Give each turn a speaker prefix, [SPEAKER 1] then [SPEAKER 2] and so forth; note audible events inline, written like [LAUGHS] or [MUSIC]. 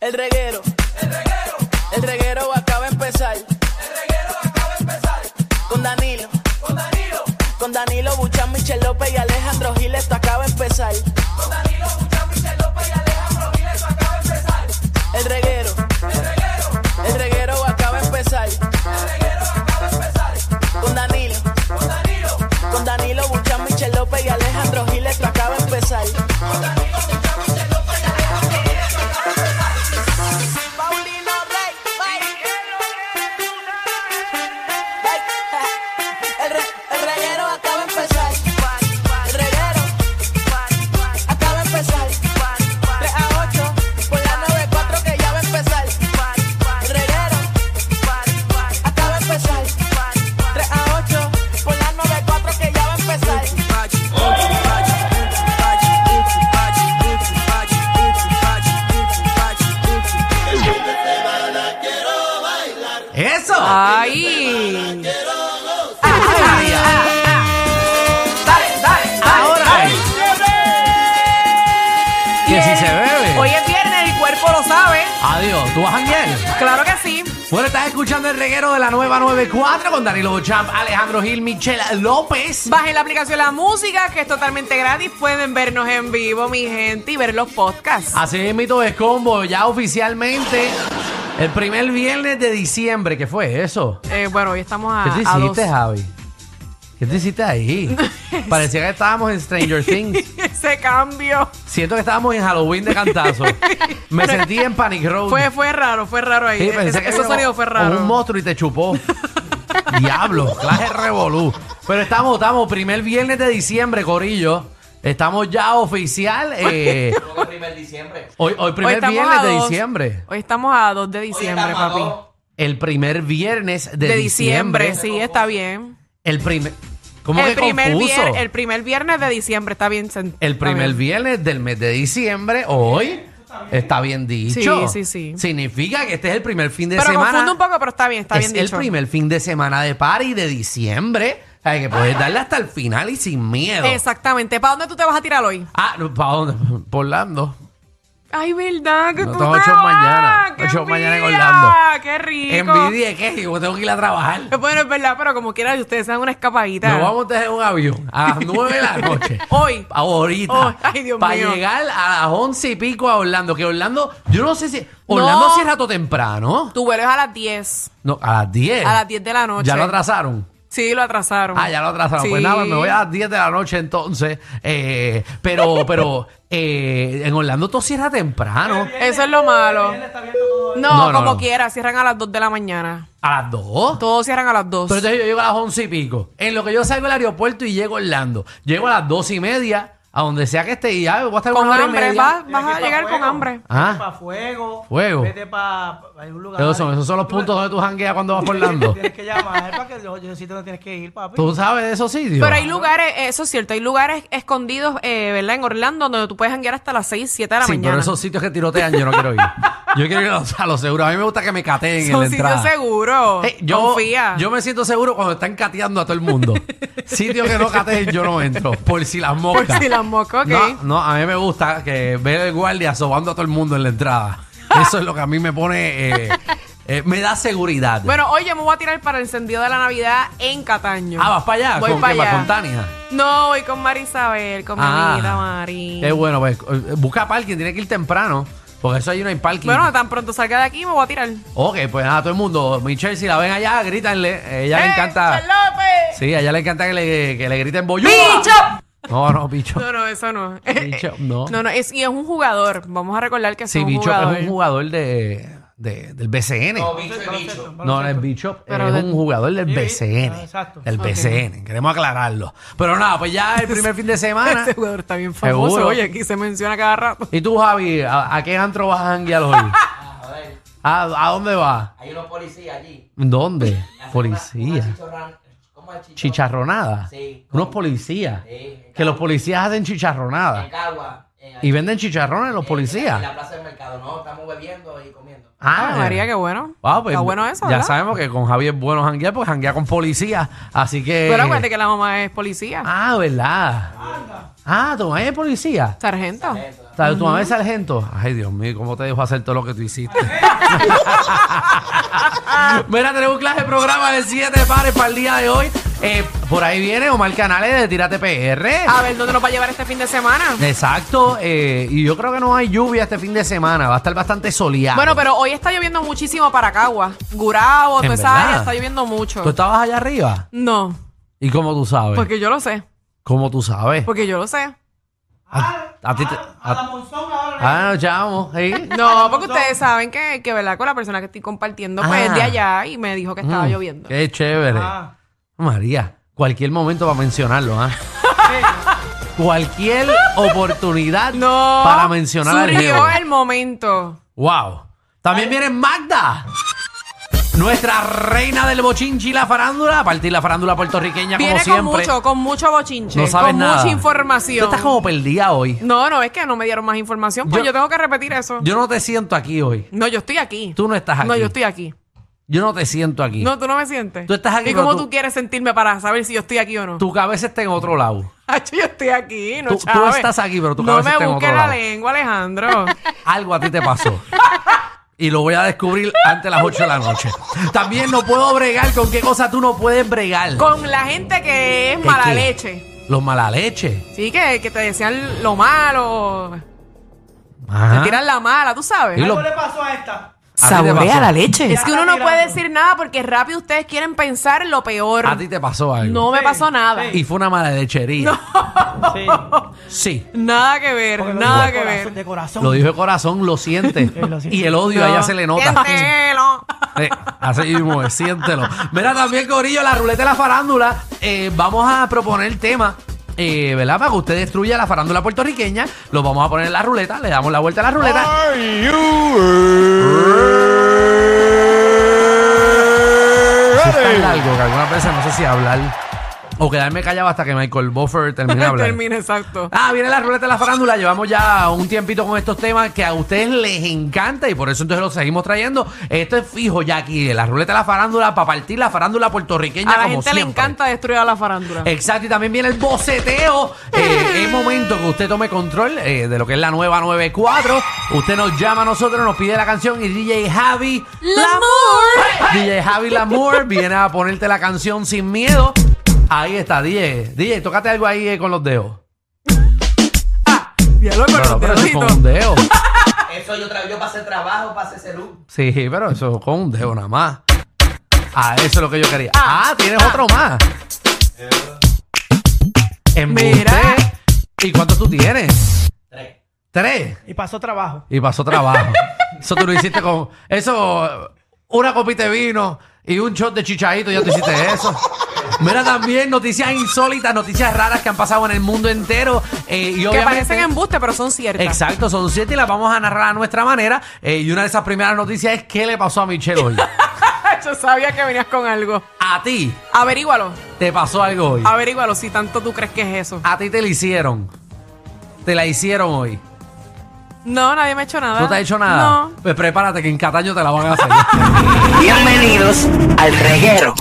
[SPEAKER 1] El reguero. El reguero. El reguero acaba de empezar. El reguero acaba de empezar. Con Danilo. Con Danilo. Con Danilo Buchan, Michel López y Alejandro Gil, esto acaba de empezar. Con Danilo Buchan, Michel López y Alejandro Gil, esto acaba de empezar. El reguero. El reguero. El reguero acaba de empezar. El reguero acaba de empezar. Con Danilo. Con Danilo. Con Danilo Buchan, Michel López y Alejandro Gil, esto acaba de empezar. Paulino Rey, El, re, el reguero acaba de empezar. El reguero acaba de empezar. 3 a 8 por la 94 que ya va a empezar. El reguero acaba de empezar. 3 a 8 por la 94 que ya va a empezar.
[SPEAKER 2] ¡Eso!
[SPEAKER 3] Ah, Ay, Ah,
[SPEAKER 2] Ahora. Que si se bebe.
[SPEAKER 3] hoy es viernes, el cuerpo lo sabe.
[SPEAKER 2] Adiós. ¿Tú vas a janguear?
[SPEAKER 3] Claro que sí.
[SPEAKER 2] Bueno, estás escuchando el reguero de la nueva 94 con Danilo Bochamp, Alejandro Gil, Michelle López.
[SPEAKER 3] Bajen la aplicación La Música, que es totalmente gratis. Pueden vernos en vivo, mi gente, y ver los podcasts.
[SPEAKER 2] Así es, mito de combo. Ya oficialmente el primer viernes de diciembre. ¿Qué fue eso?
[SPEAKER 3] Eh, bueno, hoy estamos a,
[SPEAKER 2] ¿Qué te
[SPEAKER 3] a
[SPEAKER 2] hiciste,
[SPEAKER 3] dos.
[SPEAKER 2] Javi? ¿Qué te hiciste ahí? Parecía que estábamos en Stranger Things.
[SPEAKER 3] [LAUGHS] Ese cambio.
[SPEAKER 2] Siento que estábamos en Halloween de
[SPEAKER 3] [LAUGHS]
[SPEAKER 2] cantazo. Me sentí en Panic Road.
[SPEAKER 3] Fue, fue raro, fue raro ahí.
[SPEAKER 2] Sí,
[SPEAKER 3] Ese-
[SPEAKER 2] pensé que
[SPEAKER 3] ese
[SPEAKER 2] era
[SPEAKER 3] sonido fue raro.
[SPEAKER 2] Un monstruo y te
[SPEAKER 3] [LAUGHS]
[SPEAKER 2] chupó. Diablo, clase revolú. Pero estamos, estamos, primer viernes de diciembre, Corillo. Estamos ya oficial. eh,
[SPEAKER 3] [LAUGHS]
[SPEAKER 2] hoy, hoy
[SPEAKER 3] Hoy
[SPEAKER 2] primer
[SPEAKER 3] estamos
[SPEAKER 2] viernes
[SPEAKER 3] a
[SPEAKER 2] de
[SPEAKER 3] dos.
[SPEAKER 2] diciembre.
[SPEAKER 3] Hoy estamos a 2 de diciembre, papi.
[SPEAKER 2] El primer viernes de,
[SPEAKER 3] de
[SPEAKER 2] diciembre.
[SPEAKER 3] diciembre, sí, está bien.
[SPEAKER 2] El primer. ¿Cómo
[SPEAKER 3] El
[SPEAKER 2] que
[SPEAKER 3] primer,
[SPEAKER 2] confuso?
[SPEAKER 3] vier- el primer viernes de diciembre está bien. sen-
[SPEAKER 2] El
[SPEAKER 3] está
[SPEAKER 2] primer
[SPEAKER 3] bien.
[SPEAKER 2] viernes del mes de diciembre, hoy. Está bien dicho.
[SPEAKER 3] Sí, sí, sí.
[SPEAKER 2] Significa que este es el primer fin de
[SPEAKER 3] Pero
[SPEAKER 2] semana.
[SPEAKER 3] confundo un poco, pero está bien, está
[SPEAKER 2] es
[SPEAKER 3] bien
[SPEAKER 2] el
[SPEAKER 3] dicho.
[SPEAKER 2] primer fin de semana de party de diciembre. O sea, que puedes darle hasta el final y sin miedo.
[SPEAKER 3] Exactamente. ¿Para dónde tú te vas a tirar hoy?
[SPEAKER 2] Ah, ¿para dónde? Por Orlando.
[SPEAKER 3] Ay, verdad, que
[SPEAKER 2] No,
[SPEAKER 3] tú
[SPEAKER 2] tengo
[SPEAKER 3] te
[SPEAKER 2] ocho
[SPEAKER 3] vas.
[SPEAKER 2] mañana,
[SPEAKER 3] ¡Qué
[SPEAKER 2] ocho mañana en
[SPEAKER 3] envidia!
[SPEAKER 2] Orlando.
[SPEAKER 3] ¡Qué rico!
[SPEAKER 2] Envidia de qué, yo tengo que ir a trabajar.
[SPEAKER 3] [LAUGHS] Bueno, es verdad, pero como quiera, ustedes sean una escapadita.
[SPEAKER 2] Nos vamos a tener un avión a las 9 de
[SPEAKER 3] [LAUGHS]
[SPEAKER 2] la noche.
[SPEAKER 3] Hoy.
[SPEAKER 2] Ahorita.
[SPEAKER 3] Hoy. Ay, Dios
[SPEAKER 2] Para
[SPEAKER 3] mío.
[SPEAKER 2] llegar a las 11 y pico a Orlando. Que Orlando, yo no sé si. Orlando
[SPEAKER 3] No.
[SPEAKER 2] cierra todo temprano.
[SPEAKER 3] Tu vuelo es a las 10.
[SPEAKER 2] No, a las 10.
[SPEAKER 3] A las 10 de la noche.
[SPEAKER 2] Ya lo atrasaron.
[SPEAKER 3] Sí, lo atrasaron.
[SPEAKER 2] Ah, ya lo atrasaron.
[SPEAKER 3] Sí.
[SPEAKER 2] Pues nada, me voy a las 10 de la noche entonces. Eh, pero, pero, eh, en Orlando todo cierra temprano.
[SPEAKER 3] Eso es lo malo.
[SPEAKER 2] No,
[SPEAKER 3] No,
[SPEAKER 2] no,
[SPEAKER 3] como
[SPEAKER 2] no.
[SPEAKER 3] quiera, cierran a las 2 de la mañana.
[SPEAKER 2] A las 2.
[SPEAKER 3] Todos cierran a las 2.
[SPEAKER 2] Pero entonces yo llego a las 11 y pico. En lo que yo salgo del aeropuerto y llego a Orlando. Llego a las 2 y media, a donde sea que esté. Y ya voy a estar
[SPEAKER 3] con
[SPEAKER 2] una hora y
[SPEAKER 3] hambre,
[SPEAKER 2] media.
[SPEAKER 3] vas, vas a llegar con hambre.
[SPEAKER 2] Ah,
[SPEAKER 4] para fuego.
[SPEAKER 2] Fuego.
[SPEAKER 4] Vete para algún lugar.
[SPEAKER 2] esos son, esos son los
[SPEAKER 4] Tú
[SPEAKER 2] puntos donde tú jangueas cuando vas por
[SPEAKER 3] [LAUGHS]
[SPEAKER 2] Orlando.
[SPEAKER 4] Tienes que llamar para que los los sitios donde tienes que ir, papi.
[SPEAKER 2] ¿Tú sabes de esos sitios?
[SPEAKER 3] Pero hay lugares, eso es cierto, hay lugares escondidos, eh, ¿verdad? En Orlando, donde tú puedes janguear hasta las 6, 7 de la
[SPEAKER 2] Sí,
[SPEAKER 3] mañana.
[SPEAKER 2] pero esos sitios que tirotean yo no quiero ir. Yo quiero ir a los, a los seguros. A mí me gusta que me cateen en
[SPEAKER 3] Son
[SPEAKER 2] la entrada.
[SPEAKER 3] sitios seguros.
[SPEAKER 2] Hey, yo,
[SPEAKER 3] Confía.
[SPEAKER 2] Eh, yo me siento seguro cuando están cateando a todo el mundo. [LAUGHS] Sitio que no cateen, yo no entro. Por si las moscas.
[SPEAKER 3] [LAUGHS] Por si las moscas, ok.
[SPEAKER 2] No, no, a mí me gusta que ver el guardia sobando a todo el mundo en la entrada. Eso es lo que a mí me pone. eh, eh, me da seguridad.
[SPEAKER 3] Bueno, hoy yo me voy a tirar para el encendido de la Navidad en Cataño.
[SPEAKER 2] ah, vas para allá.
[SPEAKER 3] Voy
[SPEAKER 2] ¿Con,
[SPEAKER 3] para
[SPEAKER 2] qué vas?
[SPEAKER 3] allá.
[SPEAKER 2] ¿Con Tania.
[SPEAKER 3] No, voy con Mari Isabel, con mi amiga Mari.
[SPEAKER 2] Ah, Qué bueno, pues. eh, Busca parking, tiene que ir temprano. Porque eso ahí no hay parking.
[SPEAKER 3] Bueno, tan pronto salga de aquí me voy a tirar.
[SPEAKER 2] ok, pues nada, todo el mundo. Michelle, si la ven allá, grítanle. Ella le
[SPEAKER 3] ¡Eh,
[SPEAKER 2] encanta.
[SPEAKER 3] Michel López!
[SPEAKER 2] Sí, a ella le encanta que le, que le griten boyuda.
[SPEAKER 3] ¡Bicho!
[SPEAKER 2] No, no, bicho.
[SPEAKER 3] No, no, eso no.
[SPEAKER 2] Bicho, no.
[SPEAKER 3] No, no, es, y es un jugador. Vamos a recordar que es
[SPEAKER 2] Sí,
[SPEAKER 3] un
[SPEAKER 2] Bichop
[SPEAKER 3] jugador.
[SPEAKER 2] es un jugador de, de- del BCN. No, no es Bichop,
[SPEAKER 3] Pero
[SPEAKER 2] es
[SPEAKER 3] de-
[SPEAKER 2] un jugador del
[SPEAKER 4] Sí,
[SPEAKER 2] BCN.
[SPEAKER 4] ah, exacto.
[SPEAKER 2] Del BCN, queremos aclararlo. Pero nada, pues ya el primer fin de
[SPEAKER 3] [LAUGHS]
[SPEAKER 2] semana.
[SPEAKER 3] [LAUGHS] Ese Este jugador está bien famoso.
[SPEAKER 2] Seguro.
[SPEAKER 3] Oye, aquí se menciona cada rato.
[SPEAKER 2] ¿Y tú, Javi, a, a qué antro vas a janguear hoy?
[SPEAKER 5] A ver,
[SPEAKER 2] ¿A, a dónde vas?
[SPEAKER 5] Ah, hay unos policías allí.
[SPEAKER 2] ¿Dónde?
[SPEAKER 5] Hacen una- una
[SPEAKER 2] Policía.
[SPEAKER 5] chicharrón- ¿Cómo es chichón?
[SPEAKER 2] Chicharronada.
[SPEAKER 5] Sí.
[SPEAKER 2] Unos policías.
[SPEAKER 5] Sí,
[SPEAKER 2] Que los
[SPEAKER 5] policías.
[SPEAKER 2] policías hacen chicharronada.
[SPEAKER 5] En Cagua. eh,
[SPEAKER 2] Y venden chicharrones los
[SPEAKER 5] eh, En la
[SPEAKER 2] policías.
[SPEAKER 5] plaza del mercado, ¿no? Estamos bebiendo y comiendo.
[SPEAKER 3] Ah, María, qué bueno.
[SPEAKER 2] Wow, pues,
[SPEAKER 3] Está bueno eso,
[SPEAKER 2] Ya
[SPEAKER 3] ¿verdad?
[SPEAKER 2] sabemos que con Javi es bueno janguear, porque janguea con policías. Así que.
[SPEAKER 3] Pero acuérdate que la mamá es policía,
[SPEAKER 2] Ah, ¿verdad? Ah, tu mamá es policía.
[SPEAKER 3] sargento.
[SPEAKER 2] O sea, Tu mamá es sargento. Ay, Dios mío, ¿cómo te dejo hacer todo lo que tú hiciste? [LAUGHS] Mira, tenemos clase de programa de siete pares para el día de hoy. Eh, por ahí viene Omar Canales de Tírate PR.
[SPEAKER 3] A ver, ¿dónde nos va a llevar este fin de semana?
[SPEAKER 2] Exacto, eh, y yo creo que no hay lluvia este fin de semana, va a estar bastante soleado.
[SPEAKER 3] Bueno, pero hoy está lloviendo muchísimo para Cagua. Gurabo,
[SPEAKER 2] En
[SPEAKER 3] toda esa
[SPEAKER 2] verdad. Pues-
[SPEAKER 3] área está lloviendo mucho.
[SPEAKER 2] ¿Tú estabas allá arriba?
[SPEAKER 3] No,
[SPEAKER 2] ¿Y cómo tú sabes?
[SPEAKER 3] porque yo lo sé.
[SPEAKER 2] ¿Cómo tú sabes?
[SPEAKER 3] Porque yo lo sé.
[SPEAKER 2] A, a ti te-
[SPEAKER 4] Ah,
[SPEAKER 2] a-
[SPEAKER 4] a la monzón ahora. le-
[SPEAKER 2] ah, nos llamamos, ¿sí?
[SPEAKER 3] No, porque ustedes saben que, que ¿verdad? Con la persona que estoy compartiendo, pues,
[SPEAKER 2] Ah.
[SPEAKER 3] de allá y me dijo que [LAUGHS] estaba
[SPEAKER 2] Mm,
[SPEAKER 3] lloviendo.
[SPEAKER 2] Qué chévere.
[SPEAKER 4] Ah,
[SPEAKER 2] María, cualquier momento para mencionarlo, ¿ah?
[SPEAKER 3] [LAUGHS]
[SPEAKER 2] Cualquier oportunidad
[SPEAKER 3] No.
[SPEAKER 2] para mencionar al
[SPEAKER 3] Surgió
[SPEAKER 2] jevo.
[SPEAKER 3] el momento.
[SPEAKER 2] Wow. También viene Magda. Nuestra reina del bochinchi y la farándula. A partir la farándula puertorriqueña
[SPEAKER 3] Viene
[SPEAKER 2] como
[SPEAKER 3] con
[SPEAKER 2] siempre.
[SPEAKER 3] mucho, con mucho bochinche.
[SPEAKER 2] no sabes
[SPEAKER 3] con
[SPEAKER 2] nada.
[SPEAKER 3] mucha
[SPEAKER 2] Tú
[SPEAKER 3] información.
[SPEAKER 2] estás como perdida hoy.
[SPEAKER 3] No, no, es que no me dieron más información, pues
[SPEAKER 2] Yo-
[SPEAKER 3] yo, tengo que repetir eso.
[SPEAKER 2] Yo no te siento aquí hoy.
[SPEAKER 3] no, yo estoy aquí.
[SPEAKER 2] Tú no estás aquí.
[SPEAKER 3] No, yo estoy aquí.
[SPEAKER 2] Yo no te siento aquí.
[SPEAKER 3] No, tú no me sientes.
[SPEAKER 2] Tú estás aquí,
[SPEAKER 3] ¿Y
[SPEAKER 2] pero
[SPEAKER 3] cómo
[SPEAKER 2] tú-
[SPEAKER 3] tú... quieres sentirme para saber si yo estoy aquí o no? [LAUGHS]
[SPEAKER 2] Tu cabeza está en otro lado.
[SPEAKER 3] Hacho, yo estoy aquí, no
[SPEAKER 2] Tú- tú
[SPEAKER 3] Chávez.
[SPEAKER 2] estás aquí, pero tu
[SPEAKER 3] No
[SPEAKER 2] cabeza
[SPEAKER 3] me
[SPEAKER 2] está en
[SPEAKER 3] busques
[SPEAKER 2] otro
[SPEAKER 3] la
[SPEAKER 2] lado.
[SPEAKER 3] lengua, Alejandro. [LAUGHS]
[SPEAKER 2] Algo a ti te pasó. Y lo voy a descubrir antes de las 8 de la noche. También no puedo bregar. ¿Con qué cosa tú no puedes bregar?
[SPEAKER 3] con la gente que es
[SPEAKER 2] ¿Qué,
[SPEAKER 3] mala
[SPEAKER 2] qué?
[SPEAKER 3] leche.
[SPEAKER 2] Los mala leche.
[SPEAKER 3] Sí, que, que te desean lo malo,
[SPEAKER 2] Ajá.
[SPEAKER 3] te tiran la mala, tú sabes.
[SPEAKER 2] Y lo-
[SPEAKER 4] ¿Algo le pasó a
[SPEAKER 3] [LAUGHS]
[SPEAKER 4] esta?
[SPEAKER 2] ¿A ti te pasó?
[SPEAKER 3] leche. Es que uno no
[SPEAKER 4] Tirando.
[SPEAKER 3] puede decir nada porque rápido ustedes quieren pensar en lo peor.
[SPEAKER 2] A ti te pasó algo.
[SPEAKER 3] No me
[SPEAKER 4] Sí,
[SPEAKER 3] pasó nada.
[SPEAKER 2] Y fue una mala lechería.
[SPEAKER 4] Sí.
[SPEAKER 2] Sí.
[SPEAKER 3] Nada que ver,
[SPEAKER 4] Porque lo
[SPEAKER 3] nada
[SPEAKER 4] dijo
[SPEAKER 3] que
[SPEAKER 4] de corazón,
[SPEAKER 3] ver.
[SPEAKER 4] De corazón.
[SPEAKER 2] Lo dijo el corazón, lo
[SPEAKER 3] [LAUGHS]
[SPEAKER 2] siente.
[SPEAKER 4] lo siente.
[SPEAKER 2] Y el odio allá se le nota. [LAUGHS]
[SPEAKER 3] Siéntelo.
[SPEAKER 2] Eh, así mismo, es, siéntelo. Mira también, Corillo, la ruleta de la farándula. Eh, vamos a proponer tema. eh, ¿Verdad? Para que usted destruya la farándula puertorriqueña, lo vamos a poner en la ruleta, le damos la vuelta a la ruleta. Si es tan largo que algunas veces no sé si hablar o quedarme callado hasta que Michael Buffer termine de
[SPEAKER 3] [LAUGHS]
[SPEAKER 2] hablar.
[SPEAKER 3] Termina, exacto.
[SPEAKER 2] Ah, viene la ruleta de la farándula. Llevamos ya un tiempito con estos temas que a ustedes les encanta y por eso entonces los seguimos trayendo. Esto es fijo ya aquí, la ruleta de la farándula para partir la farándula puertorriqueña
[SPEAKER 3] A la
[SPEAKER 2] como
[SPEAKER 3] gente le
[SPEAKER 2] siempre.
[SPEAKER 3] encanta destruir a la farándula.
[SPEAKER 2] Exacto, y también viene el boceteo. Eh, es momento que usted tome control eh, de lo que es la nueva 94. Usted nos llama a nosotros, nos pide la canción y DJ Javi
[SPEAKER 3] ¡Lamour!
[SPEAKER 2] DJ Javi Lamour viene a ponerte la canción sin miedo. Ahí está, DJ. DJ, tócate algo ahí eh, con los dedos.
[SPEAKER 3] Ah, Diablo con
[SPEAKER 2] No, no,
[SPEAKER 3] los
[SPEAKER 2] pero eso es con
[SPEAKER 3] deditos.
[SPEAKER 2] un
[SPEAKER 3] [LAUGHS]
[SPEAKER 2] dedo.
[SPEAKER 5] Eso yo, tra- yo pasé trabajo, pasé salud.
[SPEAKER 2] Sí, pero eso es con un dedo nada más. Ah, eso es lo que yo quería. Ah, tienes otro más. Embuste.
[SPEAKER 3] Mira.
[SPEAKER 2] ¿Y cuánto tú tienes?
[SPEAKER 5] Tres.
[SPEAKER 2] Tres.
[SPEAKER 4] Y pasó trabajo.
[SPEAKER 2] Y pasó
[SPEAKER 3] [LAUGHS]
[SPEAKER 2] trabajo. eso tú lo hiciste con. Eso, una copita de vino y un shot de chichaito, ya tú hiciste eso. Mira también noticias insólitas, noticias raras que han pasado en el mundo entero. eh, y
[SPEAKER 3] Que
[SPEAKER 2] obviamente-
[SPEAKER 3] parecen embuste, pero son ciertas.
[SPEAKER 2] [LAUGHS] Exacto, son siete y las vamos a narrar a nuestra manera. Eh, y una de esas primeras noticias es qué le pasó a Michelle hoy.
[SPEAKER 3] [LAUGHS] Yo sabía que venías con algo.
[SPEAKER 2] a ti
[SPEAKER 3] Averígualo,
[SPEAKER 2] te pasó algo hoy.
[SPEAKER 3] averígualo si tanto tú crees que es eso.
[SPEAKER 2] A ti te la hicieron. Te la hicieron hoy.
[SPEAKER 3] No, nadie me ha hecho nada.
[SPEAKER 2] ¿No te ha hecho nada?
[SPEAKER 3] No.
[SPEAKER 2] Pues prepárate que en Cataño te la van a hacer.
[SPEAKER 6] Bienvenidos al reguero.